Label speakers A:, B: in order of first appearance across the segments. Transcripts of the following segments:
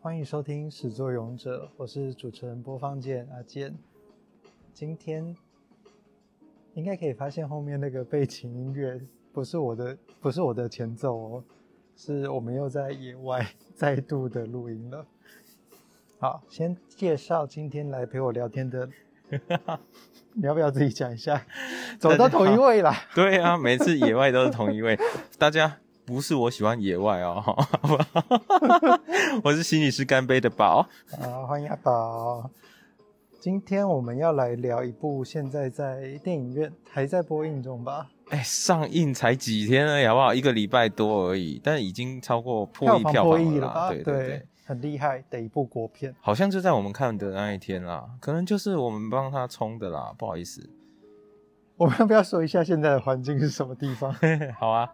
A: 欢迎收听《始作俑者》，我是主持人播放键阿健。今天应该可以发现后面那个背景音乐不是我的，不是我的前奏哦，是我们又在野外 再度的录音了。好，先介绍今天来陪我聊天的，你要不要自己讲一下？走到同一位啦。
B: 对啊，每次野外都是同一位。大家不是我喜欢野外哦，好不好 我是心理师干杯的宝。
A: 啊，欢迎阿宝。今天我们要来聊一部现在在电影院还在播映中吧，
B: 哎、上映才几天而已，好不好？一个礼拜多而已，但已经超过破亿
A: 房
B: 票
A: 破
B: 房
A: 亿啊
B: 啦
A: 吧？
B: 对对对。
A: 很厉害的一部国片。
B: 好像就在我们看的那一天啦，可能就是我们帮他冲的啦，不好意思。
A: 我们要不要说一下现在的环境是什么地 方？
B: 好啊，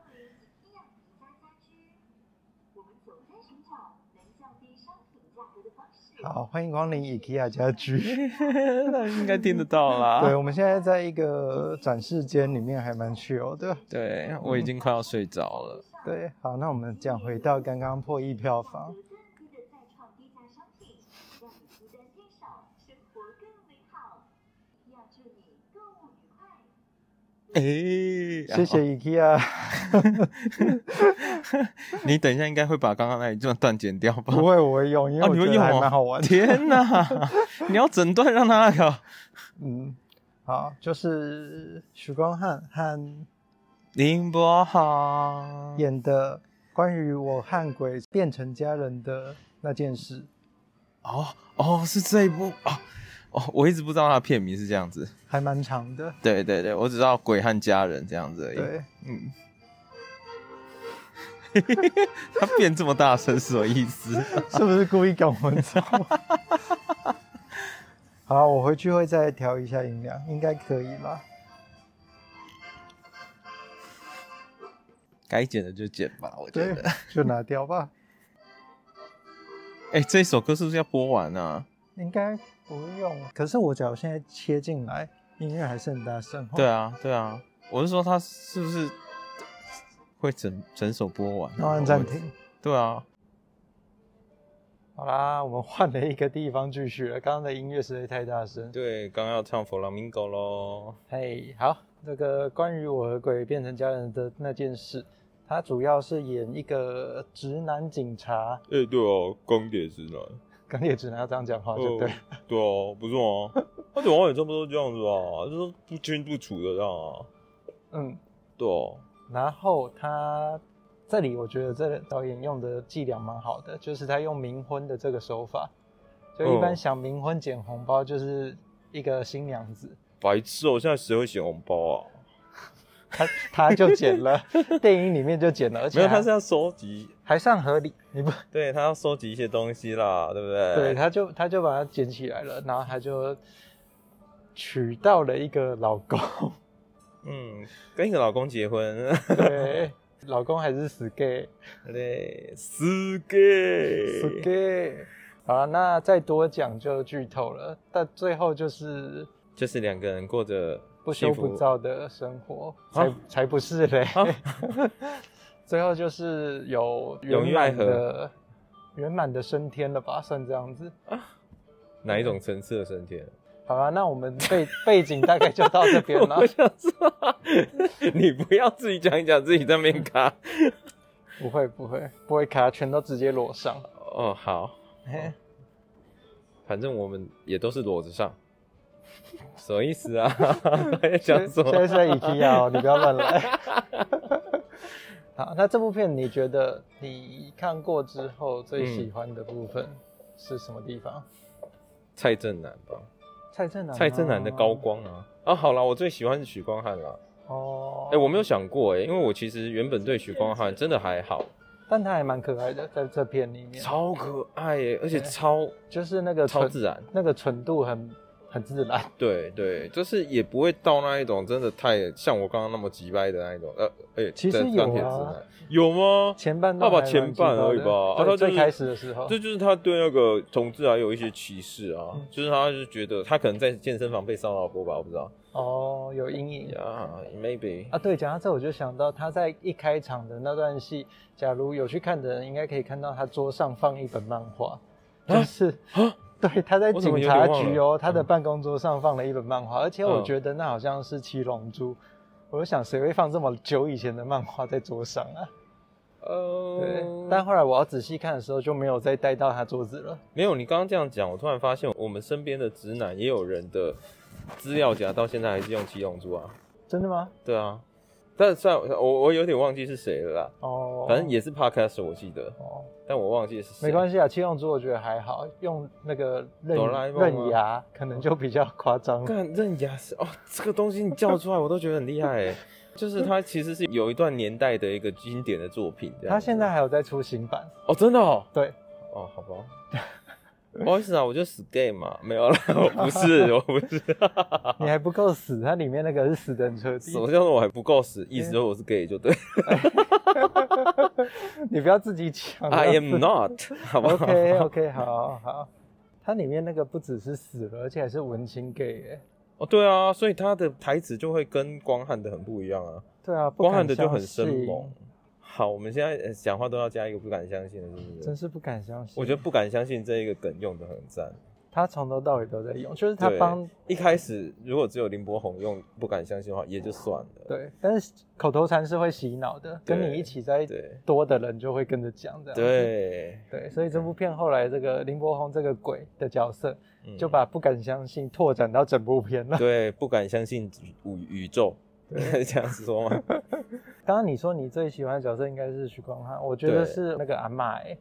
A: 好，欢迎光临 IKEA 家居。
B: 那应该听得到 啦。
A: 对，我们现在在一个展示间里面，还蛮 chill 的。
B: 对，我已经快要睡着了。
A: 对，好，那我们讲回到刚刚破亿票
B: 哦
A: 房。
B: 哎、
A: 嗯谢谢
B: 哦
A: IKEA，
B: 你等一下应该会把刚刚那一段断剪掉吧？
A: 不会我会用，因为
B: 啊
A: 我
B: 你会
A: 觉得
B: 用
A: 还
B: 哦
A: 蛮好玩的。
B: 天 哪！你要整段让他那个
A: 嗯，好，就是许光汉和
B: 林柏豪
A: 演的关于我和鬼变成家人的那件事。
B: 哦哦，是这一部哦哦，我一直不知道他的片名是这样子。
A: 还蛮长的，
B: 对对对，我只知道鬼和家人这样子而已。
A: 对，
B: 嗯，他变这么大声是什么意思？
A: 是不是故意赶我们走？好，我回去会再调一下音量，应该可以吧？
B: 该剪的就剪吧，我觉
A: 对
B: 得。，
A: 就拿掉吧，
B: 哎、这首歌是不是要播完啊？
A: 应该不用。可是我假如现在切进来，音乐还是很大声。哦
B: 对，啊，对啊，我是说他是不是会整整首播完、啊？
A: 那哦按暂停。
B: 对啊，
A: 好啦，我们换了一个地方继续了。刚刚的音乐实在太大声。
B: 对，刚刚要唱《弗朗明哥》喽。
A: 嘿好，这个关于我和鬼变成家人的那件事，它主要是演一个直男警察，
B: 哎、对哦，钢铁直男。
A: 钢铁直男要这样讲话就对了。
B: 哦 对哦，不是吗？他怎么也差不多这样子啊，就是不清不楚的这样啊。
A: 嗯，
B: 对哦，
A: 然后他这里我觉得这个导演用的伎俩蛮好的，就是他用冥婚的这个手法，就一般
B: 嗯
A: 想冥婚捡红包就是一个新娘子，
B: 白痴哦，现在谁会写红包啊？
A: 他他就捡了， 电影里面就捡了，而
B: 没
A: 且
B: 有，
A: 还
B: 他是要收集，
A: 还算合理，你不
B: 对他要收集一些东西啦，对不对？
A: 对，他就他就把它捡起来了，然后他就娶到了一个老公，
B: 嗯，跟一个老公结婚，
A: 对， 老公还是死 gay，
B: 对，死 gay，
A: 死 gay。好了，那再多讲就剧透了。但最后就是
B: 就是两个人过着
A: 不羞
B: 幸福
A: 不躁的生活，
B: 啊
A: 才才不是嘞
B: 啊。
A: 最后就是有
B: 永
A: 圆
B: 浴爱
A: 满
B: 河
A: 的圆满的升天了吧，算这样子。
B: 哪一种层次的升天？
A: 好了，那我们背背景大概就到这边了
B: 我。想说，你不要自己讲一讲，自己在那边卡。
A: 不会不会不会卡，全都直接裸上。
B: 哦，好，
A: 嘿
B: 反正我们也都是裸 着上，什么意思啊？ 在讲什
A: 现在
B: 么？
A: 是在 IKEA 哦，你不要乱 来。好，那这部片你觉得你看过之后最
B: 嗯
A: 喜欢的部分是什么地方？
B: 蔡正南吧，
A: 蔡正南吗，
B: 蔡正南的高光啊。啊，好啦，我最喜欢是许光汉啦。
A: 哦。
B: 哎、我没有想过哎、因为我其实原本对许光汉真的还好，
A: 但他还蛮可爱的，在这片里面，
B: 超可爱耶、而且
A: 对
B: 超
A: 就是那个
B: 超
A: 纯
B: 自然。
A: 那个纯度很很自然。
B: 对对，就是也不会到那一种真的太像我刚刚那么急掰的那一种。呃，哎、
A: 其实
B: 真的
A: 有啊
B: 钢铁直男有吗？
A: 前半段
B: 爸爸
A: 还蛮
B: 前半而已
A: 劲爆的
B: 吧啊他
A: 对，
B: 就是
A: 最开始的时候，
B: 这就是他对那个同志还啊有一些歧视啊，
A: 嗯
B: 就是他就觉得他可能在健身房被骚扰过吧，我不知道。
A: 哦，有阴影。
B: 呀、yeah, m a y b e
A: 啊，对，讲到这我就想到他在一开场的那段戏，假如有去看的人，应该可以看到他桌上放一本漫画，就是
B: 啊，
A: 对，他在
B: 我怎么
A: 警
B: 有
A: 察
B: 点忘
A: 局
B: 了
A: 哦，他的
B: 嗯
A: 办公桌上放了一本漫画，而且我觉得那好像是《七龙珠》，我就想谁会放这么久以前的漫画在桌上啊？对，
B: 呃，
A: 但后来我要仔细看的时候就没有再带到他桌子了。
B: 没有，你刚刚这样讲，我突然发现我们身边的直男也有人的资料夹到现在还是用七龙珠啊，
A: 真的吗？
B: 对啊，但算我我有点忘记是谁了啦，
A: 哦，
B: 反正也是 podcast 我记得，
A: 哦，
B: 但我忘记是谁。
A: 没关系啊，七龙珠我觉得还好，用那个刃
B: 哆啦 A 梦吗啊
A: 刃牙可能就比较夸张了。
B: 干刃牙是哦，这个东西你叫出来，我都觉得很厉害哎。就是它其实是有一段年代的一个经典的作品，这样子。
A: 他现在还有在出新版，
B: 哦，真的哦，
A: 对，
B: 哦，好吧，不好意思啊，我就死 gay 嘛，没有了，我不是，我不是，啊
A: 你还不够死，它里面那个是死的很彻底
B: 什。么叫做我还不够死？意思就是我是 gay 就对
A: 你不要自己抢。
B: ，I am not，好吧
A: 啊 OK OK，好好。它里面那个不只是死了，而且还是文青 gay 耶、
B: 哦，对啊，所以他的台词就会跟光汉的很不一样啊，
A: 对啊，不
B: 光
A: 敢
B: 汉的就很
A: 相
B: 生
A: 信
B: 猛，。好，我们现在呃讲话都要加一个不敢相信的，是不
A: 真
B: 是？
A: 是不敢相信。
B: 我觉得不敢相信这一个梗用的很赞。
A: 他从头到尾都在用，就是他
B: 对
A: 帮
B: 一开始如果只有林柏宏用不敢相信的话也就算了，
A: 对，但是口头禅是会洗脑的，
B: 对
A: 跟你一起在
B: 对
A: 多的人就会跟着讲这样。
B: 对，
A: 对，所以这部片后来这个林柏宏这个鬼的角色，
B: 嗯
A: 就把不敢相信拓展到整部片了。
B: 对不敢相信宇宇宙， 这样子 说吗？
A: 刚刚你说你最喜欢的角色应该是许光汉，我觉得
B: 对
A: 是那个阿嬷、欸，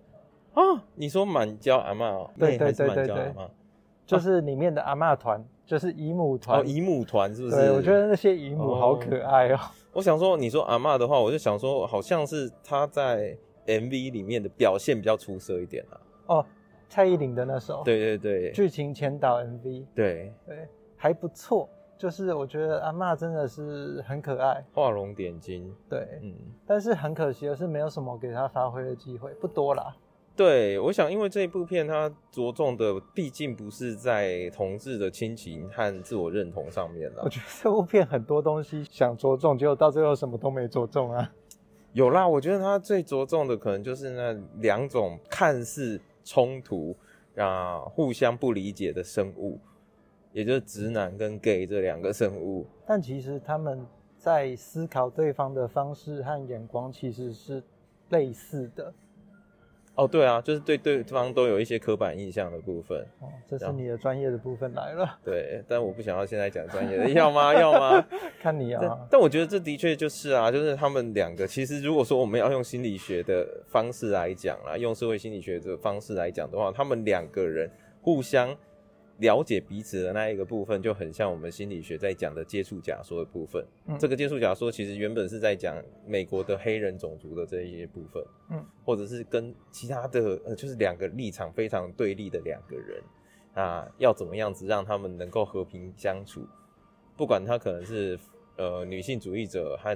B: 啊，你说满娇阿嬷哦，
A: 对对
B: 那也还是
A: 对
B: 满娇
A: 对
B: 阿嬷
A: 就是里面的阿嬷团，就是姨母团。
B: 哦，姨母团是不是？
A: 对，我觉得那些姨母好可爱哦。
B: 我想说，你说阿嬷的话，我就想说，好像是她在 MV 里面的表现比较出色一点啊。
A: 哦，蔡依林的那首，，
B: 对对对，
A: 剧情前导 MV，
B: 对，
A: 对，还不错。就是我觉得阿嬷真的是很可爱，
B: 画龙点睛，
A: 对，
B: 嗯。
A: 但是很可惜的是没有什么给她发挥的机会，不多啦。
B: 嗯对，我想，因为这一部片它着重的毕竟不是在同志的亲情和自我认同上面啦
A: 我。觉得这部片很多东西想着重，结果到最后什么都没着重啊。
B: 有啦，我觉得它最着重的可能就是那两种看似冲突啊、互相不理解的生物，也就是直男跟 gay 这两个生物。
A: 但其实他们在思考对方的方式和眼光其实是类似的。
B: 哦，对啊，就是对对方都有一些刻板印象的部分。
A: 哦，这
B: 然
A: 是
B: 后
A: 你的专业的部分来了，
B: 对，但我不想要现在讲专业的，要吗？要吗？
A: 看你
B: 但
A: 啊。
B: 但我觉得这的确就是啊，就是他们两个其实，如果说我们要用心理学的方式来讲啦，用社会心理学的方式来讲的话，他们两个人互相了解彼此的那一个部分，就很像我们心理学在讲的接触假说的部分。
A: 嗯
B: 这个接触假说其实原本是在讲美国的黑人种族的这一些部分，
A: 嗯，
B: 或者是跟其他的呃，就是两个立场非常对立的两个人。啊，要怎么样子让他们能够和平相处？不管他可能是呃女性主义者和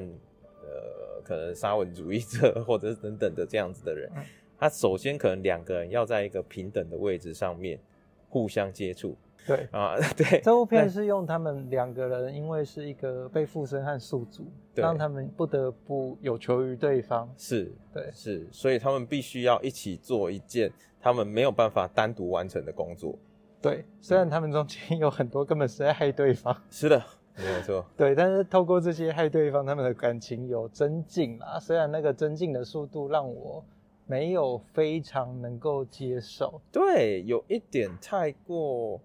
B: 呃可能沙文主义者， 或者是等等的这样子的人
A: 嗯，
B: 他首先可能两个人要在一个平等的位置上面互相接触
A: 对，
B: 啊， 对
A: 这部片是用他们两个人，因为是一个被附身和宿主，
B: 对
A: 让他们不得不有求于对方。
B: 是，
A: 对
B: 是，所以他们必须要一起做一件他们没有办法单独完成的工作。
A: 对，虽然他们中间有很多根本是在害对方，
B: 是的，没有错。
A: 对，但是透过这些害对方，他们的感情有增进啦。虽然那个增进的速度让我没有非常能够接受，
B: 对，有一点太过，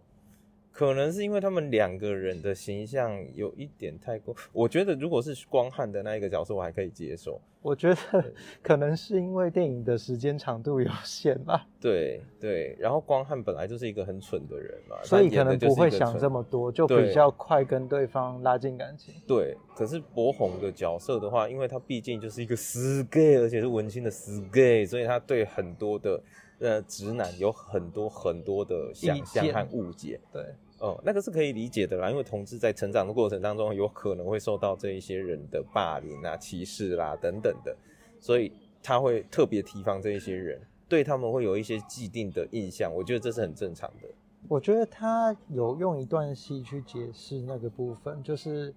B: 可能是因为他们两个人的形象有一点太过。我觉得如果是光汉的那一个角色，我还可以接受。
A: 我觉得 可能是因为电影的时间长度有限吧，
B: 对对，然后光汉本来就是一个很蠢的人嘛，
A: 所以
B: 他
A: 可
B: 演
A: 能
B: 的就是
A: 不会
B: 一个
A: 想
B: 蠢
A: 这么多，就
B: 对
A: 比较快跟对方拉近感情。
B: 对。可是博红的角色的话，因为他毕竟就是一个死 gay，而且是文青的死 gay，所以他对很多的呃直男有很多很多的想象
A: 意见
B: 和误解。
A: 对，
B: 哦，那个是可以理解的啦，因为同志在成长的过程当中，有可能会受到这一些人的霸凌啊、歧视啦、等等的，所以他会特别提防这一些人，对他们会有一些既定的印象，我觉得这是很正常的。
A: 我觉得他有用一段戏去解释那个部分，就是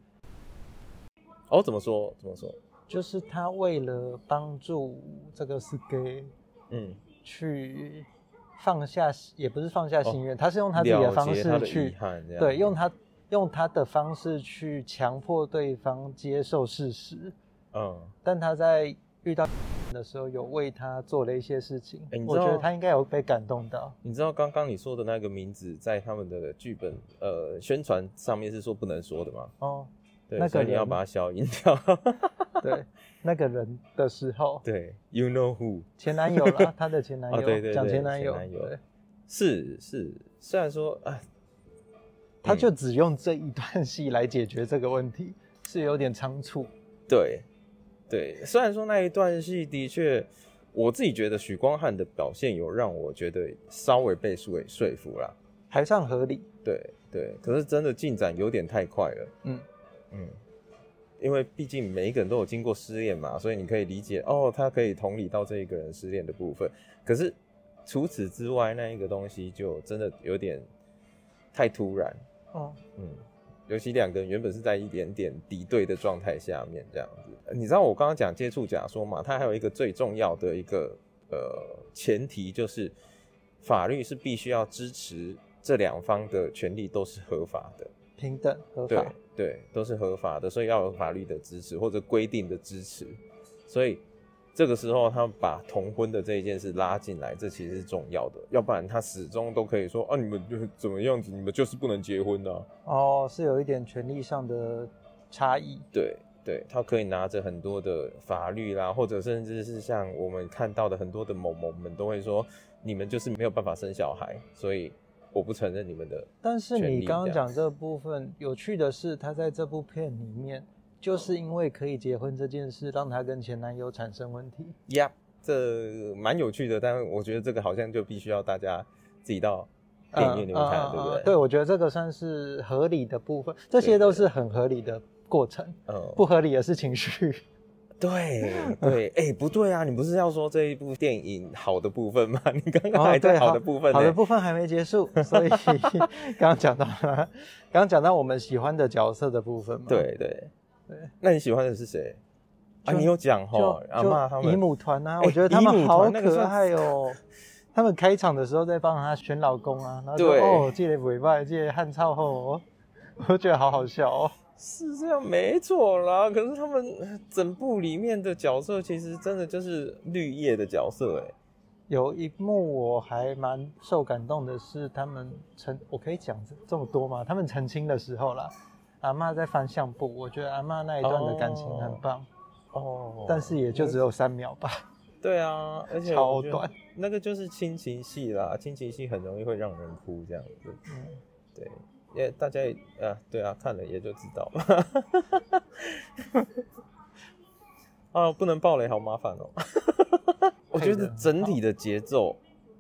B: 哦，怎么说？怎么说？
A: 就是他为了帮助这个 s k
B: 嗯，
A: 去放下，也不是放下心愿，他是用他自己
B: 哦了
A: 的方
B: 结他
A: 式
B: 的遗
A: 去，
B: 憾，这样
A: 对，用他用他的方式去强迫对方接受事实，
B: 嗯，
A: 但他在遇到的时候有为他做了一些事情，
B: 哎你
A: 我
B: 知
A: 觉得
B: 道
A: 他应该有被感动到。
B: 你知道刚刚你说的那个名字在他们的剧本呃宣传上面是说不能说的吗？
A: 哦，
B: 对，
A: 那个
B: 所以你要
A: 人
B: 把它消音掉。
A: 哦对，那个人的时候，
B: 对，You know who
A: 前男友 啦，他的前男
B: 哦
A: 友，
B: 对对对
A: 讲前男友，
B: 前男友嗯
A: 对
B: 是是，虽然说啊，
A: 他就只用这一段戏来解决这个问题，是有点仓促。
B: 对对，虽然说那一段戏的确，我自己觉得许光汉的表现有让我觉得稍微被说说服啦。
A: 还算合理。
B: 对对，可是真的进展有点太快了。
A: 嗯
B: 嗯，因为毕竟每一个人都有经过失恋嘛，所以你可以理解哦，他可以同理到这一个人失恋的部分。可是除此之外，那一个东西就真的有点太突然。
A: 哦，
B: 嗯，尤其两个人原本是在一点点敌对的状态下面这样子。呃你知道我刚刚讲接触假说嘛？它还有一个最重要的一个呃前提就是，法律是必须要支持这两方的权利都是合法的，
A: 平等合
B: 对
A: 法。
B: 对，都是合法的，所以要有法律的支持或者规定的支持。所以这个时候，他把同婚的这一件事拉进来，这其实是重要的，要不然他始终都可以说啊，你们就是怎么样子，你们就是不能结婚的啊、
A: 哦，是有一点权利上的差异。
B: 对对，他可以拿着很多的法律啦，或者甚至是像我们看到的很多的某某们都会说，你们就是没有办法生小孩，所以我不承认你们的。
A: 但是
B: 权利
A: 你
B: 这
A: 刚刚
B: 样
A: 讲这部分有趣的是，他在这部片里面，就是因为可以结婚这件事，让他跟前男友产生问题。
B: 呀、这蛮有趣的，但是我觉得这个好像就必须要大家自己到电影院里面看，
A: 嗯
B: 对不
A: 嗯嗯
B: 对？
A: 对，我觉得这个算是合理的部分，这些都是很合理的过程。
B: 嗯，
A: 不合理的是情 绪，
B: 对对，哎、不对啊，你不是要说这一部电影好的部分吗？你 刚刚
A: 哦
B: 还在
A: 对
B: 好
A: 好
B: 的部分呢、
A: 好的部分还没结束，所以 刚刚讲到了，刚刚讲到我们喜欢的角色的部分嘛。
B: 对对
A: 对
B: 那你喜欢的是谁？啊，
A: 就
B: 你有讲
A: 就
B: 吼，阿妈哦啊他
A: 姨
B: 们
A: 母团啊，
B: 哎
A: 我觉得他
B: 姨
A: 们
B: 母
A: 好
B: 团那个
A: 可
B: 算
A: 爱 哦。他们开场的时候在帮他选老公啊，然后说
B: 对
A: 哦，这个尾巴，这个汉超后、哦， 我觉得好好笑哦。
B: 是这样没错啦。可是他们呃整部里面的角色，其实真的就是绿叶的角色、哎，
A: 有一幕我还蛮受感动的是，他们澄，我可以讲这这么多吗？他们澄清的时候啦，阿嬷在翻相簿，我觉得阿嬷那一段的感情很棒，
B: 哦
A: 但是也就只有三秒吧，
B: 对啊，而且
A: 超
B: 我觉得
A: 短。
B: 那个就是亲情戏啦，亲情戏很容易会让人哭这样子。
A: 嗯
B: 对，因为大家也啊，对啊，看了也就知道 嘛。啊，不能爆雷，好麻烦哦。我觉得整体的节奏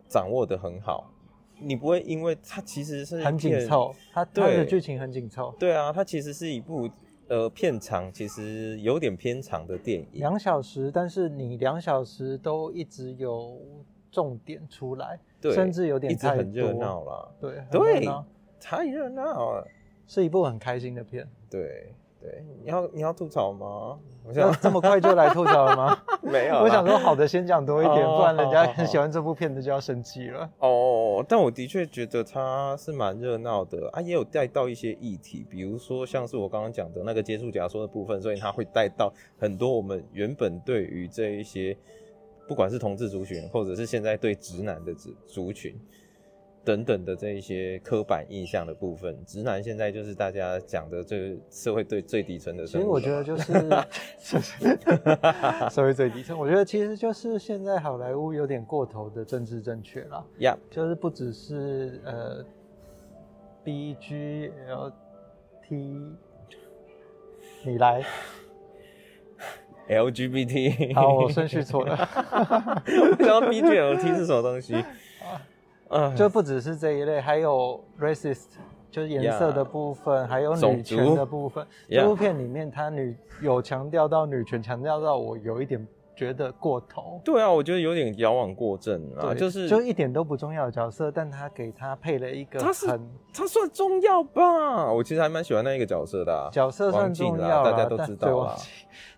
B: 掌握的很好，你不会因为它其实是
A: 很紧
B: 片
A: 凑，他他
B: 对
A: 的剧情很紧凑，
B: 对啊，它其实是一部呃片长，其实有点偏长的电影。
A: 两小时，但是你两小时都一直有重点出来，
B: 对，
A: 甚至有点
B: 一直
A: 太
B: 很热
A: 多
B: 闹啦，
A: 对很
B: 对
A: 热闹
B: 太热闹了。
A: 是一部很开心的 片。
B: 对对，你要你要吐槽吗？我
A: 要
B: 想
A: 这么快就来吐槽了 吗？
B: 没有 啦，
A: 我想说好的先讲多一点，
B: 啊哦
A: 不然人家
B: 好好好
A: 很喜欢这部片的就要生气了。
B: 哦，但我的确觉得它是蛮热闹的啊，也有带到一些议题，比如说像是我刚刚讲的那个接触假说的部分，所以它会带到很多我们原本对于这一些，不管是同志族群，或者是现在对直男的族族群等等的这一些刻板印象的部分。直男现在就是大家讲的最社会对最底层的
A: 其
B: 生
A: 实
B: 物
A: 我
B: 了嘛，
A: 觉得就是 社会最底层，我觉得其实就是现在好莱坞有点过头的政治正确啦，
B: 呀
A: 就是不只是呃 B G L T，你来，
B: LGBT，
A: 好，哦我顺序错了。
B: 我想要 BGLT 是什么东西？啊，
A: 就不只是这一类，还有 racist，就是颜色
B: Yeah
A: 的部分还有女
B: 种族
A: 权的部分。
B: Yeah
A: 这部片里面，它女有强调到女权，强调到我有一点觉得过头。
B: 对啊，我觉得有点矫枉过正啊，
A: 对
B: 就是
A: 就一点都不重要的角色，但他给他配了一个
B: 他是
A: 很
B: 他算重要吧？我其实还蛮喜欢那一个角色的、啊，
A: 角色算重要啦
B: 王静啦大家都
A: 但
B: 知道啊
A: 对 王
B: 啦
A: 静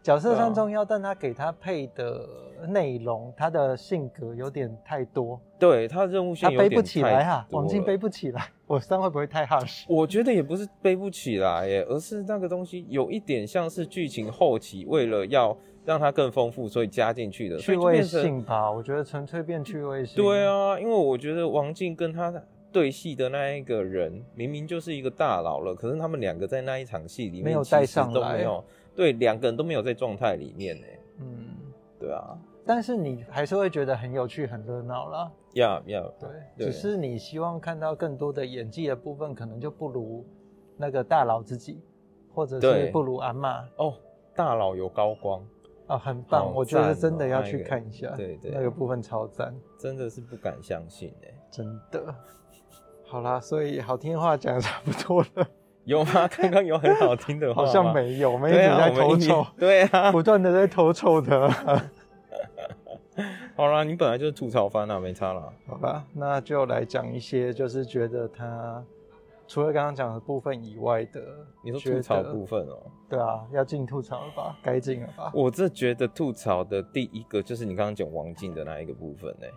A: 角色
B: 对啊
A: 算重要，但他给他配的内容，他的性格有点太多，
B: 对他任务性
A: 他
B: 有
A: 背
B: 点
A: 不起来啊
B: 太
A: 哈、
B: 多
A: 王晶
B: 了
A: 背不起来， 我这样会不会太 harsh？
B: 我觉得也不是背不起来耶，而是那个东西有一点像是剧情后期为了要让它更丰富，所以加进去的
A: 趣
B: 所以就
A: 味
B: 变成
A: 性吧，我觉得纯粹变趣味性。
B: 对，啊，因为我觉得王静跟他对戏的那一个人，明明就是一个大佬了，可是他们两个在那一场戏里面
A: 没有
B: 其实
A: 带上
B: 都
A: 来
B: 没有，对，两个人都没有在状态里面呢。
A: 嗯，
B: 对啊，
A: 但是你还是会觉得很有趣、很热闹啦。
B: 要要
A: 对，
B: 对
A: 只是你希望看到更多的演技的部分，可能就不如那个大佬自己，或者
B: 对
A: 是不如阿嬷
B: 哦，大佬有高光，
A: 啊，很
B: 好
A: 棒，我觉得
B: 赞
A: 真的
B: 哦
A: 要
B: 那
A: 去
B: 个
A: 看一下，
B: 对对
A: 那个部分超赞，
B: 真的是不敢相信哎，
A: 真的。好啦，所以好听话讲得差不多了，
B: 有吗？刚刚有很 好听的话
A: 好
B: 吗
A: 像。没有，我们一直
B: 对啊，
A: 在
B: 我们
A: 头
B: 一直
A: 臭，
B: 对啊，
A: 不断的在头臭的。
B: 好啦，你本来就是吐槽番啦，没差啦。
A: 好吧，那就来讲一些，就是觉得他除了刚刚讲的部分以外的，
B: 你说
A: 觉
B: 吐槽
A: 得
B: 部分哦、
A: 对啊，要进吐槽了吧，该进了吧。
B: 我这觉得吐槽的第一个就是你刚刚讲王静的那一个部分呢、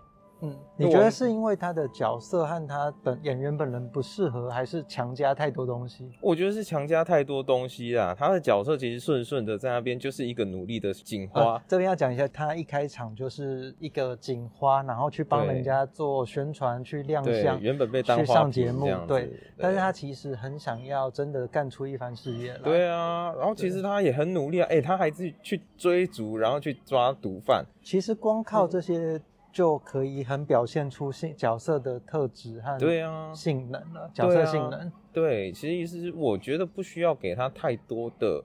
A: 嗯，
B: 那
A: 你觉
B: 我
A: 得是因为他的角色和他本演员本人不适合，还是强加太多东西？
B: 我觉得是强加太多东西啦。他的角色其实顺顺的在那边就是一个努力的警花，
A: 啊、这边要讲一下，他一开场就是一个警花，然后去帮
B: 对
A: 人家做宣传，去亮
B: 对
A: 相，，
B: 原本被当
A: 去
B: 花
A: 呃上
B: 瓶
A: 节目
B: 这样子
A: 对但是他其实很想要真的干出一番事业来。
B: 对啊，然后其实他也很努力啊，哎、他还是去追逐，然后去抓毒贩，
A: 其实光靠这些就可以很表现出性角色的特质和
B: 对啊
A: 性能了，角色性能
B: 对，其实意思是我觉得不需要给他太多的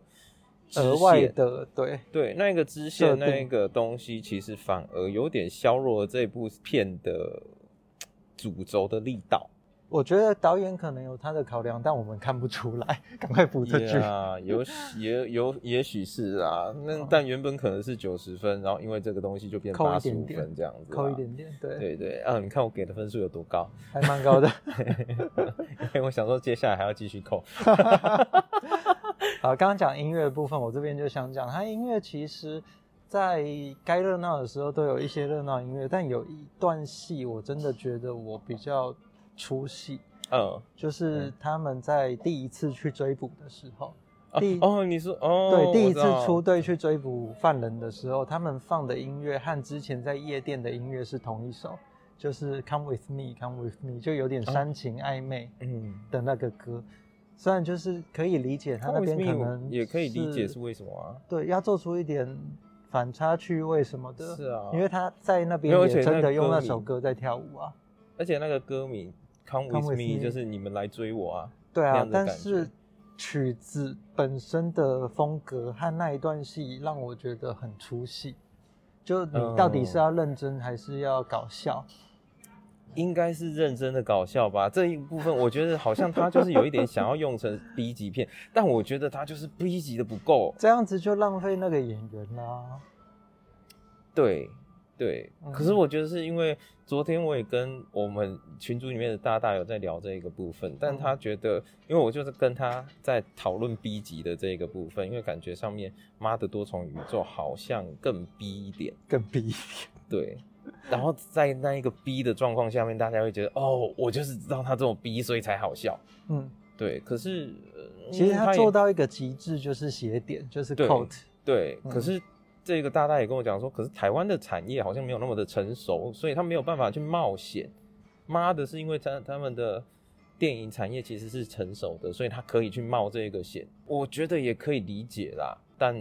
B: 支
A: 额外
B: 线
A: 的对
B: 对，那个支
A: 设
B: 线
A: 定
B: 那个东西，其实反而有点削弱了这部片的主轴的力道。
A: 我觉得导演可能有他的考量，但我们看不出来。 赶快补这句。
B: 呀 有也有也许是啊，那但原本可能是九十分，然后因为这个东西就变
A: 哦扣
B: 八
A: 一
B: 十
A: 点
B: 五
A: 点
B: 分这样子、啊
A: 扣一。点点，对，
B: 对对啊，你看我给的分数有多高？
A: 还蛮高的。
B: 因为我想说接下来还要继续扣。
A: 好，刚刚讲音乐的部分，我这边就想讲，它音乐其实，在该热闹的时候都有一些热闹音乐，但有一段戏我真的觉得我比较出戏，
B: 嗯，
A: 就是他们在第一次去追捕的时候，
B: 啊
A: 第
B: 哦，你说哦，
A: 对，
B: 我
A: 第一
B: 知
A: 次
B: 道
A: 出队去追捕犯人的时候，他们放的音乐和之前在夜店的音乐是同一首，就是《Come with Me》，《Come with Me》就有点煽情暧昧
B: 嗯。
A: 的那个歌。虽然就是可以理解他那
B: Come with
A: 边
B: me，
A: 可
B: 我
A: 能
B: 也可以理解是为什么啊？
A: 对，要做出一点反差趣味什么的。
B: 是啊
A: 因为他在那边
B: 没有而且
A: 也真
B: 那
A: 的用
B: 歌
A: 那
B: 名
A: 首歌在跳舞啊。
B: 而且那个歌名 “Come
A: Come
B: with
A: with
B: me”
A: me
B: 就是你们来追我啊，
A: 对
B: 那
A: 啊
B: 样，的
A: 但
B: 感觉
A: 是曲子本身的风格和那一段戏让我觉得很出戏。就你到底
B: 嗯
A: 是要认真还是要搞笑？
B: 应该是认真的搞笑吧。这一部分我觉得好像他就是有一点想要用成 B 级片，但我觉得他就是 B 级的不够。
A: 这样子就浪费那个演员啦。
B: 对对，
A: 嗯
B: 可是我觉得是因为昨天我也跟我们群组里面的大大有在聊这一个部分，但
A: 嗯
B: 他觉得，因为我就是跟他在讨论 B 级的这个部分，因为感觉上面妈的多重宇宙好像更 B 一点。
A: 更逼，
B: 对，然后在那一个逼的状况下面，大家会觉得哦，我就是知道他这种逼，所以才好笑。
A: 嗯，
B: 对，可是、呃
A: 其实
B: 嗯
A: 他
B: 也
A: 做到一个极致就是斜点，就是
B: 对
A: coat，
B: 对，
A: 嗯
B: 可是这个大大也跟我讲说，可是台湾的产业好像没有那么的成熟，所以他没有办法去冒险。妈的，是因为他他们的电影产业其实是成熟的，所以他可以去冒这个险，我觉得也可以理解啦。但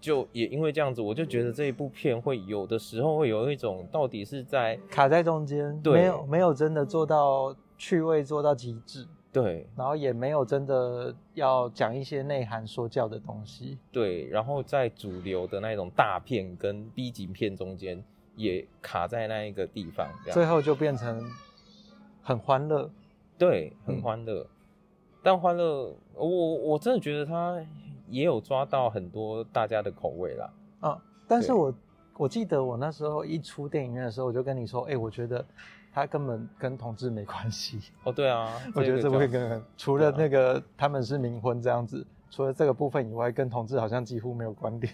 B: 就也因为这样子，我就觉得这一部片会有的时候会有一种到底是在
A: 卡在中间，
B: 对
A: 没有没有真的做到趣味做到极致，
B: 对
A: 然后也没有真的要讲一些内涵说教的东西。
B: 对，然后在主流的那种大片跟 B 级片中间也卡在那一个地方，这样
A: 最后就变成很欢乐。
B: 对，很
A: 嗯
B: 欢乐。但欢乐，我我真的觉得他也有抓到很多大家的口味啦。
A: 啊，但是
B: 对
A: 我我记得我那时候一出电影院的时候，我就跟你说，哎、我觉得他根本跟同志没关 系。
B: 哦，对 啊，
A: 我觉得这部
B: 个
A: 片
B: 叫
A: 跟除
B: 对
A: 了
B: 啊
A: 那个他们是冥婚这样子，除了这个部分以外，跟同志好像几乎没有关联。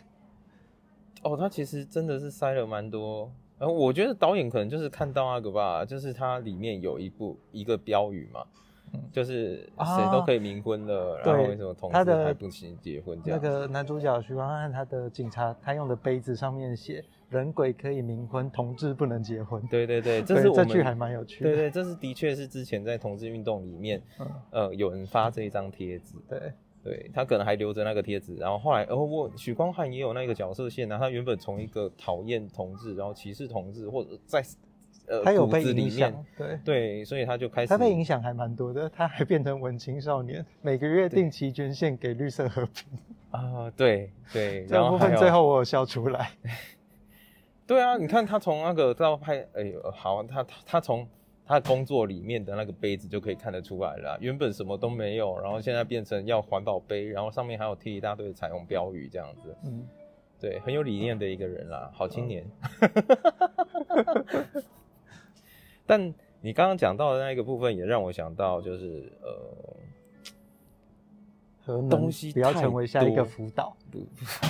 B: 哦，他其实真的是塞了蛮多。然后我觉得导演可能就是看到那个吧，就是它里面有一部一个标语嘛，
A: 嗯
B: 就是
A: 啊
B: 谁都可以冥婚了，
A: 对
B: 然后为什么同
A: 他
B: 志
A: 的
B: 还不行结婚 这
A: 啊那
B: 样？
A: 个男主角徐光汉他的警察，他用的杯子上面写“人鬼可以冥婚，同志不能结婚”。
B: 对对对，
A: 对，
B: 这是我
A: 这
B: 们
A: 句还蛮有趣的。
B: 对对，这是的确是之前在同志运动里面，
A: 嗯
B: 呃，有人发这一张贴纸，
A: 对
B: 对他可能还留着那个贴纸，然后后来，然后我许光汉也有那个角色线啊，他原本从一个讨厌同志，然后歧视同志，或者在呃
A: 他有
B: 骨
A: 被
B: 子里
A: 影响
B: 面，，
A: 对，
B: 对，所以他就开始
A: 他被影响还蛮多的，他还变成文青少年，每个月定期捐献给绿色和平。
B: 啊、对对，
A: 这
B: 然
A: 个部
B: 后还
A: 分
B: 有
A: 最后我有笑出来。
B: 对啊，你看他从那个到拍，哎呦，好，他他他从他工作里面的那个杯子就可以看得出来了啊，原本什么都没有，然后现在变成要环保杯，然后上面还有贴一大堆彩虹标语这样子，
A: 嗯，
B: 对，很有理念的一个人啦，好青年。 但你刚刚讲到的那个部分，也让我想到，就是呃，
A: 核能
B: 东西
A: 不要
B: 太
A: 成为下一个
B: 多
A: 福岛。
B: 不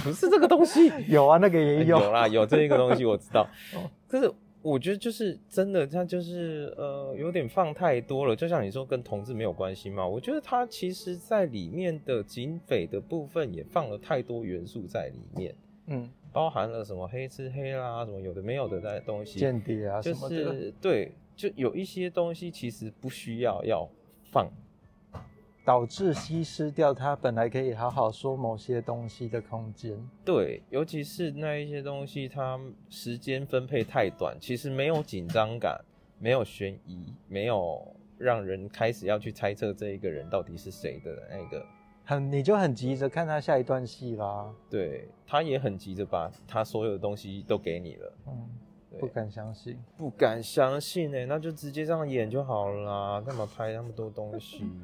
B: 不是这个 东西，
A: 有啊，那个也有。
B: 啦，哎有这一个东西我知道
A: 哦。
B: 可是我觉得就是真的，他就是呃有点放太多了。就像你说跟同志没有关系嘛，我觉得他其实在里面的警匪的部分也放了太多元素在里面，
A: 嗯，
B: 包含了什么黑吃黑啦，什么有的没有的那东西，
A: 间谍啊
B: 就
A: 什么的。
B: 是对，就有一些东西其实不需要要放。
A: 导致稀释掉他本来可以好好说某些东西的空间。
B: 对，尤其是那一些东西，它时间分配太短，其实没有紧张感，没有悬疑，没有让人开始要去猜测这一个人到底是谁的那个。
A: 很，你就很急着看他下一段戏啦。
B: 对，他也很急着把他所有的东西都给你了，
A: 嗯，
B: 对
A: 不敢相信。
B: 不敢相信呢、那就直接这样演就好啦，干嘛拍那么多东西？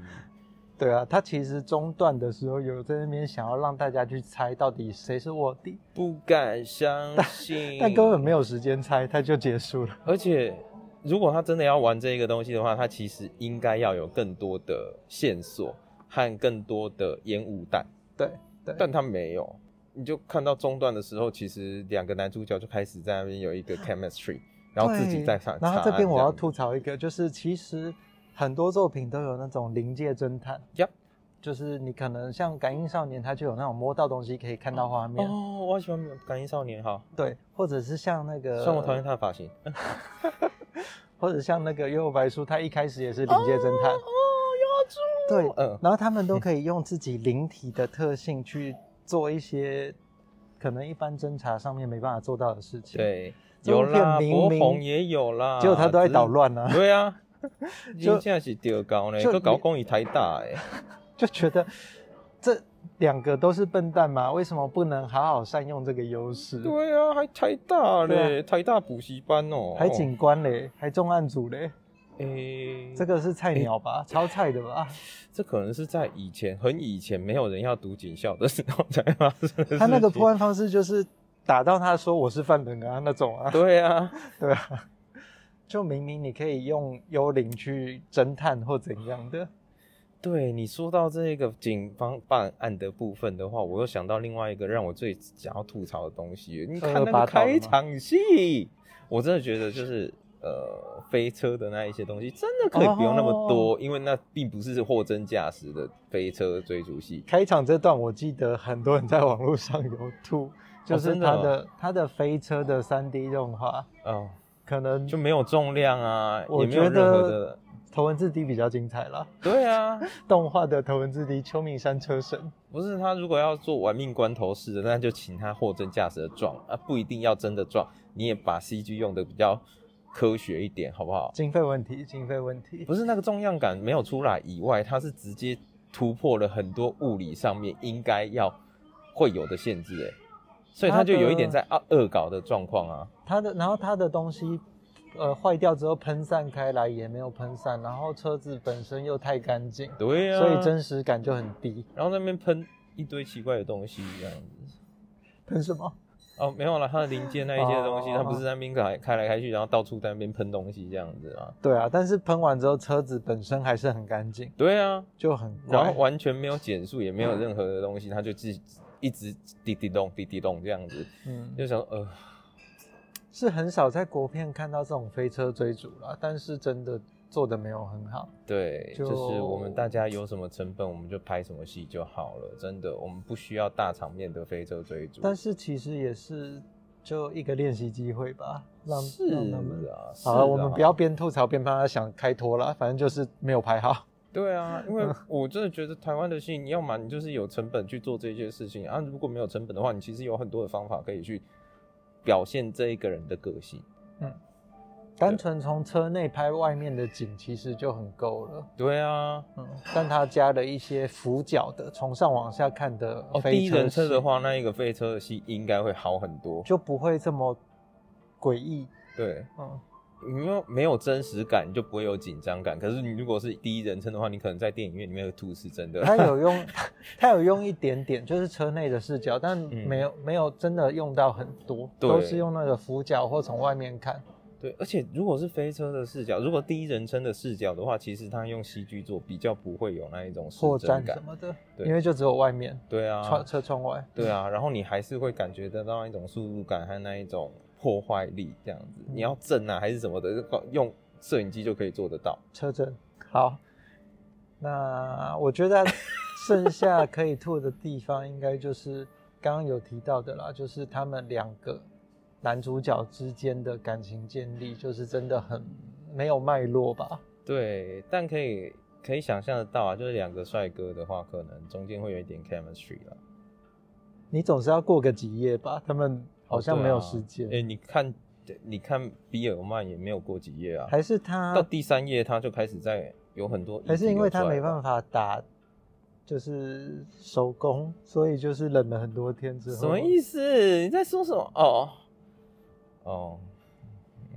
A: 对啊，他其实中断的时候有在那边想要让大家去猜到底谁是卧底，
B: 不敢相信，
A: 但根本没有时间猜，他就结束了。
B: 而且，如果他真的要玩这一个东西的话，他其实应该要有更多的线索和更多的烟雾弹，
A: 对对，
B: 但他没有。你就看到中段的时候，其实两个男主角就开始在那边有一 个 chemistry，然后自己在上
A: 对。然后这边我要吐
B: 槽，
A: 槽一个，就是其实很多作品都有那种临界侦探。
B: Yep
A: 就是你可能像《感应少年》，他就有那种摸到东西可以看到画面，
B: 哦，我好喜欢《感应少年》哈，
A: 对，或者是像那个，
B: 虽然我讨厌他的发型，哦，
A: 或者像那个《幽游白书》，他一开始也是临界侦
B: 哦
A: 探，
B: 要
A: 对，
B: 嗯
A: 然后他们都可以用自己灵体的特性去做一些可能一般侦查上面没办法做到的事情。，
B: 对，
A: 这部
B: 有啦，
A: 片明
B: 博
A: 明
B: 红也有啦，
A: 结果他都在
B: 只是
A: 捣，乱呢、啊，
B: 对啊，
A: 就
B: 真正是丢高呢，
A: 就
B: 个搞公益台大哎。
A: 就觉得这两个都是笨蛋嘛，为什么不能好好善用这个优势？
B: 对啊，还台大
A: 对啊
B: 嘞，台大补习班哦，
A: 还警官嘞，还重案组嘞，
B: 诶，
A: 这
B: 这个
A: 个是菜鸟吧，超菜的吧？
B: 这可能是在以前很以前没有人要读警校的时候才发生的事情。
A: 他那个破案方式就是打到他说我是犯人啊那种啊，
B: 对啊，
A: 对啊，就明明你可以用幽灵去侦探或怎样的，
B: 对你说到这个警方办案的部分的话，我又想到另外一个让我最想要吐槽的东西，你看那
A: 八
B: 个
A: 道了吗
B: 开场戏，我真的觉得就是。呃，飞车的那一些东西真的可以不用那么多
A: 哦
B: 因为那并不是货真价实的飞车追逐戏。
A: 开场这段我记得很多人在网络上有吐，就是
B: 真的
A: 他
B: 哦
A: 的、他的飞车的三 D 动画，
B: 哦，
A: 可能
B: 就没有重量啊，
A: 我
B: 也没有
A: 觉得
B: 任何的。
A: 头文字 D 比较精彩啦。
B: 对啊，
A: 动画的头文字 D 秋名山车神，
B: 不是他如果要做玩命关头式的，那就请他货真价实的撞啊，不一定要真的撞，你也把 CG 用的比较科学一点，好不好？
A: 经费问题，经费问题，
B: 不是那个重量感没有出来以外，它是直接突破了很多物理上面应该要会有的限制，哎，所以他就有一点在恶恶搞的状况啊。
A: 他的然后他的东西。呃，坏掉之后喷散开来也没有喷散，然后车子本身又太干净，
B: 对啊，
A: 所以真实感就很低。
B: 然后那边喷一堆奇怪的东西这样子。
A: 喷什么？
B: 哦，没有了，他的零件那一些东西，
A: 哦
B: 他不是在那边开开来开去，然后到处在那边喷东西这样子啊？
A: 对啊，但是喷完之后车子本身还是很干净，
B: 对啊，
A: 就很
B: 然后
A: 怪。嗯
B: 完全没有减速，也没有任何的东西，他就自己一直滴滴咚滴滴咚这样子，
A: 嗯，
B: 就想呃，
A: 是很少在国片看到这种飞车追逐啦，但是真的做的没有很好。
B: 对，就
A: 就是
B: 我们大家有什么成本，我们就拍什么戏就好了，真的，我们不需要大场面的飞车追逐。
A: 但是其实也是就一个练习机会吧，让
B: 是
A: 让他们。
B: 啊，是
A: 好了，我们
B: 啊
A: 不要边吐槽边帮他想开脱了，反正就是没有拍好。
B: 对 啊，因为我真的觉得台湾的戏，你要嘛你就是有成本去做这些事情啊，如果没有成本的话，你其实有很多的方法可以去表现这一个人的个性。
A: 单纯从车内拍外面的景，其实就很够了。
B: 对啊，
A: 嗯，但他加了一些俯角的，从上往下看的
B: 哦，第
A: 飞
B: 一人
A: 车
B: 称
A: 戏
B: 的话，那一个飞车的戏应该会好很多。
A: 就不会这么诡异。
B: 对，
A: 嗯，
B: 没有没有真实感，你就不会有紧张感。可是你如果是第一人称的话，你可能在电影院里面会吐，是真的。
A: 他有用， 他有用一点点，就是车内的视角，但没有、没有真的用到很多，
B: 嗯对
A: 都是用那个俯角或从外面看。
B: 对，而且如果是飞车的视角，如果第一人称的视角的话，其实他用戏剧做比较不会有那一种失
A: 破
B: 真
A: 绽
B: 感
A: 什。么的，
B: 对
A: 因为就只有外面
B: 对啊，
A: 窗、车窗外。
B: 对啊，然后你还是会感觉得到那一种速度感和那一种破坏力这样子。
A: 嗯
B: 你要震啊还是什么的，用摄影机就可以做得到。
A: 车震。好，那我觉得剩下可以吐的地方，应该就是刚刚有提到的啦， 就是他们两个男主角之间的感情建立，就是真的很没有脉络吧。
B: 对，但可以可以想象得到啊，就是两个帅哥的话，可能中间会有一点 chemistry 啦。
A: 你总是要过个几夜吧，他们好像没有时间，
B: 哎、诶你看，你看比尔曼也没有过几页啊，
A: 还是
B: 到
A: 他，
B: 第三页他就开始在有很多，
A: 还是因为他没
B: 法。
A: 办法打。就是手工，所以就是忍了很多天之后，
B: 什么意思？你在说什么？哦，哦，嗯，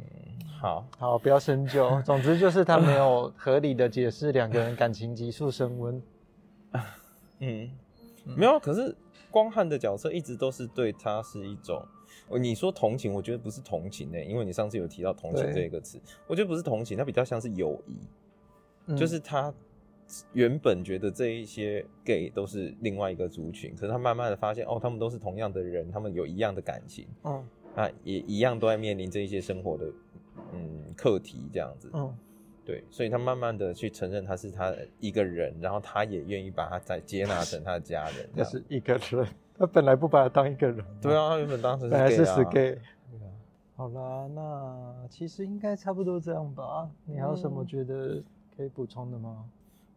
B: 好，
A: 好，不要深究。 总之就是他没有合理的解释两个人感情急速升温。
B: 嗯，没有啊。可是光汉的角色一直都是对他是一种，哦你说同情，我觉得不是同情呢、欸因为你上次有提到同情
A: 对
B: 这个词，我觉得不是同情，它比较像是友谊，
A: 嗯
B: 就是他原本觉得这一些 gay 都是另外一个族群，可是他慢慢的发现，哦，他们都是同样的人，他们有一样的感情，
A: 嗯
B: 啊，也一样都在面临这一些生活的嗯课题这样子，
A: 嗯，
B: 对，所以他慢慢的去承认他是他一个人，然后他也愿意把他再接纳成他的家人。
A: 就
B: 这样
A: 是一个人，他本来不把他当一个人，
B: 对，啊，他原本当时是
A: 本来是
B: gay 啊
A: 死 gay。好啦，那其实应该差不多这样吧。你还有什么
B: 嗯
A: 觉得可以补充的吗？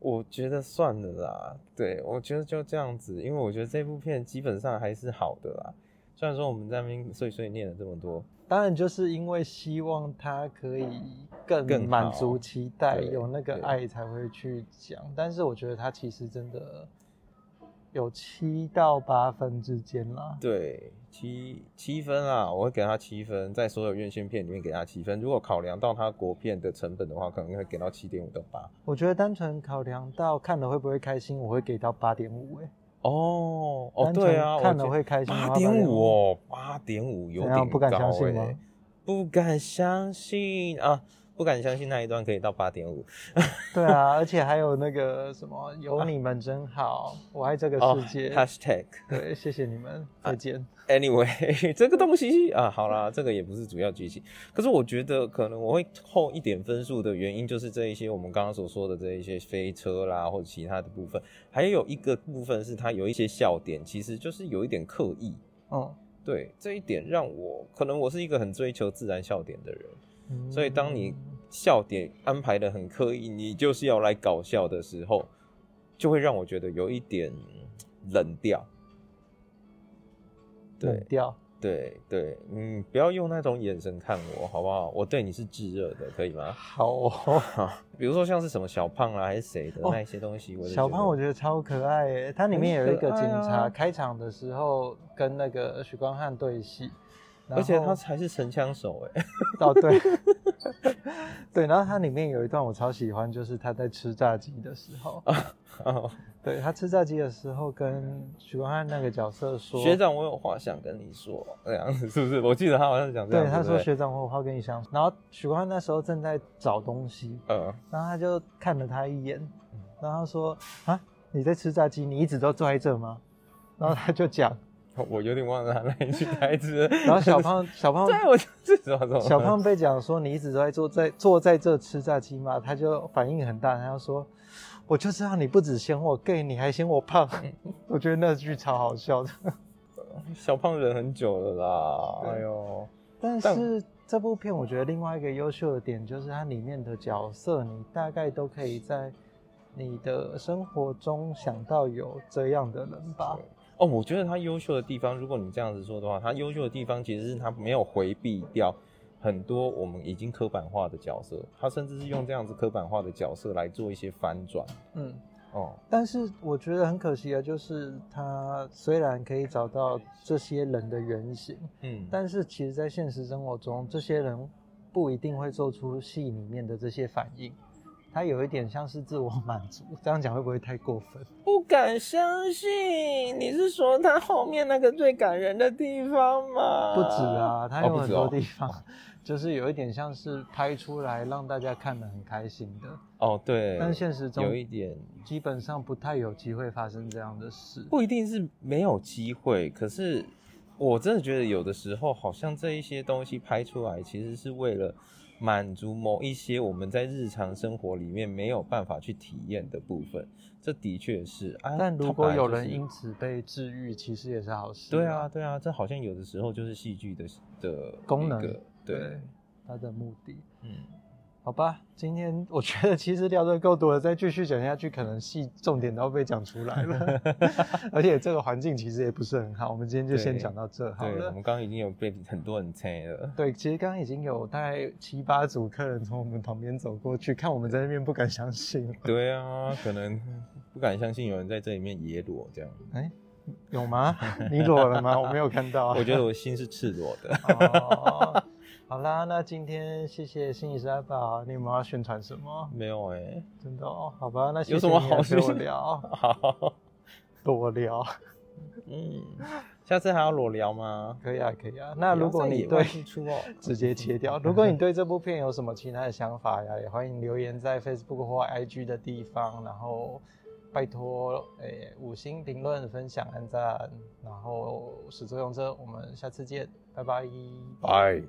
B: 我觉得算了啦，对我觉得就这样子，因为我觉得这部片基本上还是好的啦。虽然说我们在那边碎碎念了这么多，
A: 当然，就是因为希望他可以
B: 更
A: 更
B: 好
A: 满足期待，
B: 对
A: 有那个
B: 对
A: 爱才会去讲。但是我觉得他其实真的有七到八分之间啦。
B: 对七七分啊，我会给他七分，在所有院线片里面给他七分。如果考量到他国片的成本的话，可能会给到七点五到八。
A: 我觉得单纯考量到看了会不会开心，我会给到八点五。哎，
B: 哦哦，
A: 单纯
B: 对啊，我
A: 看
B: 觉
A: 了会开心吗
B: 八点五哦，八点五有
A: 怎
B: 点
A: 样不敢
B: 高
A: 相信
B: 欸
A: 吗？
B: 不敢相信啊！不敢相信那一段可以到八点五
A: 对啊，而且还有那个什么，有你们真好，我爱这个
B: 哦
A: 世界。
B: ，#hashtag
A: 对，谢谢你们，再见。
B: anyway 这个东西啊，好啦，这个也不是主要剧情。可是我觉得可能我会扣一点分数的原因，就是这一些我们刚刚所说的这一些飞车啦，或者其他的部分，还有一个部分是它有一些笑点，其实就是有一点刻意。
A: 嗯
B: 对这一点让我可能我是一个很追求自然笑点的人，
A: 嗯，
B: 所以当你笑点安排的很刻意，你就是要来搞笑的时候，就会让我觉得有一点嗯冷掉。
A: 冷
B: 对
A: 掉，
B: 对对，嗯，不要用那种眼神看我，好不好？我对你是炙热的，可以吗？
A: 好哦。
B: 比如说像是什么小胖啦、还是谁的、
A: 哦
B: 那一些东西，我就
A: 小胖我觉得超可爱耶，它里面有一个警
B: 很可爱
A: 察，
B: 啊
A: 开场的时候跟那个许光汉对戏，然后
B: 而且他才是神枪手哎、
A: 哦对， 对，然后它里面有一段我超喜欢，就是他在吃炸鸡的时候，
B: 哦，
A: 对他吃炸鸡的时候跟许光汉那个角色说，
B: 学长，我有话想跟你说，这样子是不是？我记得他好像讲这样
A: 对
B: 子，
A: 他
B: 不
A: 说学长我有话跟你讲，然后许光汉那时候正在找东西，
B: 呃，
A: 然后他就看了他一眼，然后他说啊你在吃炸鸡，你一直都坐在这吗？然后他就讲，
B: 我有点忘了他那一句台词。
A: 然后小，胖小胖
B: 对啊我这什么
A: 小胖被讲说你一直都在坐在坐在这吃炸鸡嘛，他就反应很大，他就说我就知道你不只嫌我 gay，你还嫌我胖。 我觉得那句超好笑的。
B: 小胖忍很久了啦，
A: 对哦
B: 哎呦，
A: 但是这部片我觉得另外一个优秀的点就是它里面的角色，你大概都可以在你的生活中想到有这样的人吧。
B: 哦，我觉得他优秀的地方，如果你这样子说的话，他优秀的地方其实是他没有回避掉很多我们已经刻板化的角色，他甚至是用这样子刻板化的角色来做一些反转。
A: 嗯，
B: 哦，
A: 但是我觉得很可惜的就是，他虽然可以找到这些人的原型，
B: 嗯，
A: 但是其实，在现实生活中，这些人不一定会做出戏里面的这些反应，他有一点像是自我满足。这样讲会不会太过 分？
B: 不敢相信，你是说他后面那个最感人的地方吗
A: 不止，啊，他有
B: 不
A: 很
B: 止
A: 多
B: 哦
A: 地方， 就是有一点像是拍出来让大家看得很开心的，
B: 哦，对，
A: 但现实中
B: 有一点
A: 基本上不太有机会发生这样的事。
B: 不一定是没有机会，可是我真的觉得有的时候，好像这一些东西拍出来，其实是为了满足某一些我们在日常生活里面没有办法去体验的部分。这的确是啊，
A: 但如
B: 它
A: 果
B: 本来
A: 有
B: 就是
A: 人因此被治愈，其实也是好事。
B: 对啊，，对啊，这好像有的时候就是戏剧的的
A: 功
B: 一
A: 能
B: 个对
A: 对，，他的目的。
B: 嗯，
A: 好吧，今天 我觉得其实聊得够多了，再继续讲下去，可能戏重点都要被讲出来了。 而且这个环境其实也不是很好，我们今天就先
B: 对
A: 讲到这好
B: 对，我
A: 了
B: 们。刚刚已经有被很多人猜了。
A: 对，其实刚刚已经有大概七八组客人从我们旁边走过去，看我们在那边不敢相信，
B: 对啊，可能不敢相信有人在这里面野裸这样，
A: 有 吗？你裸了吗？我没有看到、啊。
B: 我觉得我心是赤裸的。
A: 哦，好啦，那今天谢谢心理师阿宝，你有没有要宣传什么？
B: 没有哎、
A: 真的哦，好吧，那谢谢
B: 有什么
A: 你来
B: 好
A: 陪我
B: 宣
A: 聊？
B: 好，
A: 多聊，
B: 嗯，下次还要裸聊吗？
A: 可以啊，可以啊。那如果你
B: 不要
A: 对
B: 在野外付出哦，
A: 直接切掉。如果你对这部片有什么其他的想法呀，也欢迎留言在 Facebook 或 IG 的地方，然后拜托诶、五星评论、分享、按赞，然后始作俑者，我们下次见，拜拜。
B: 拜。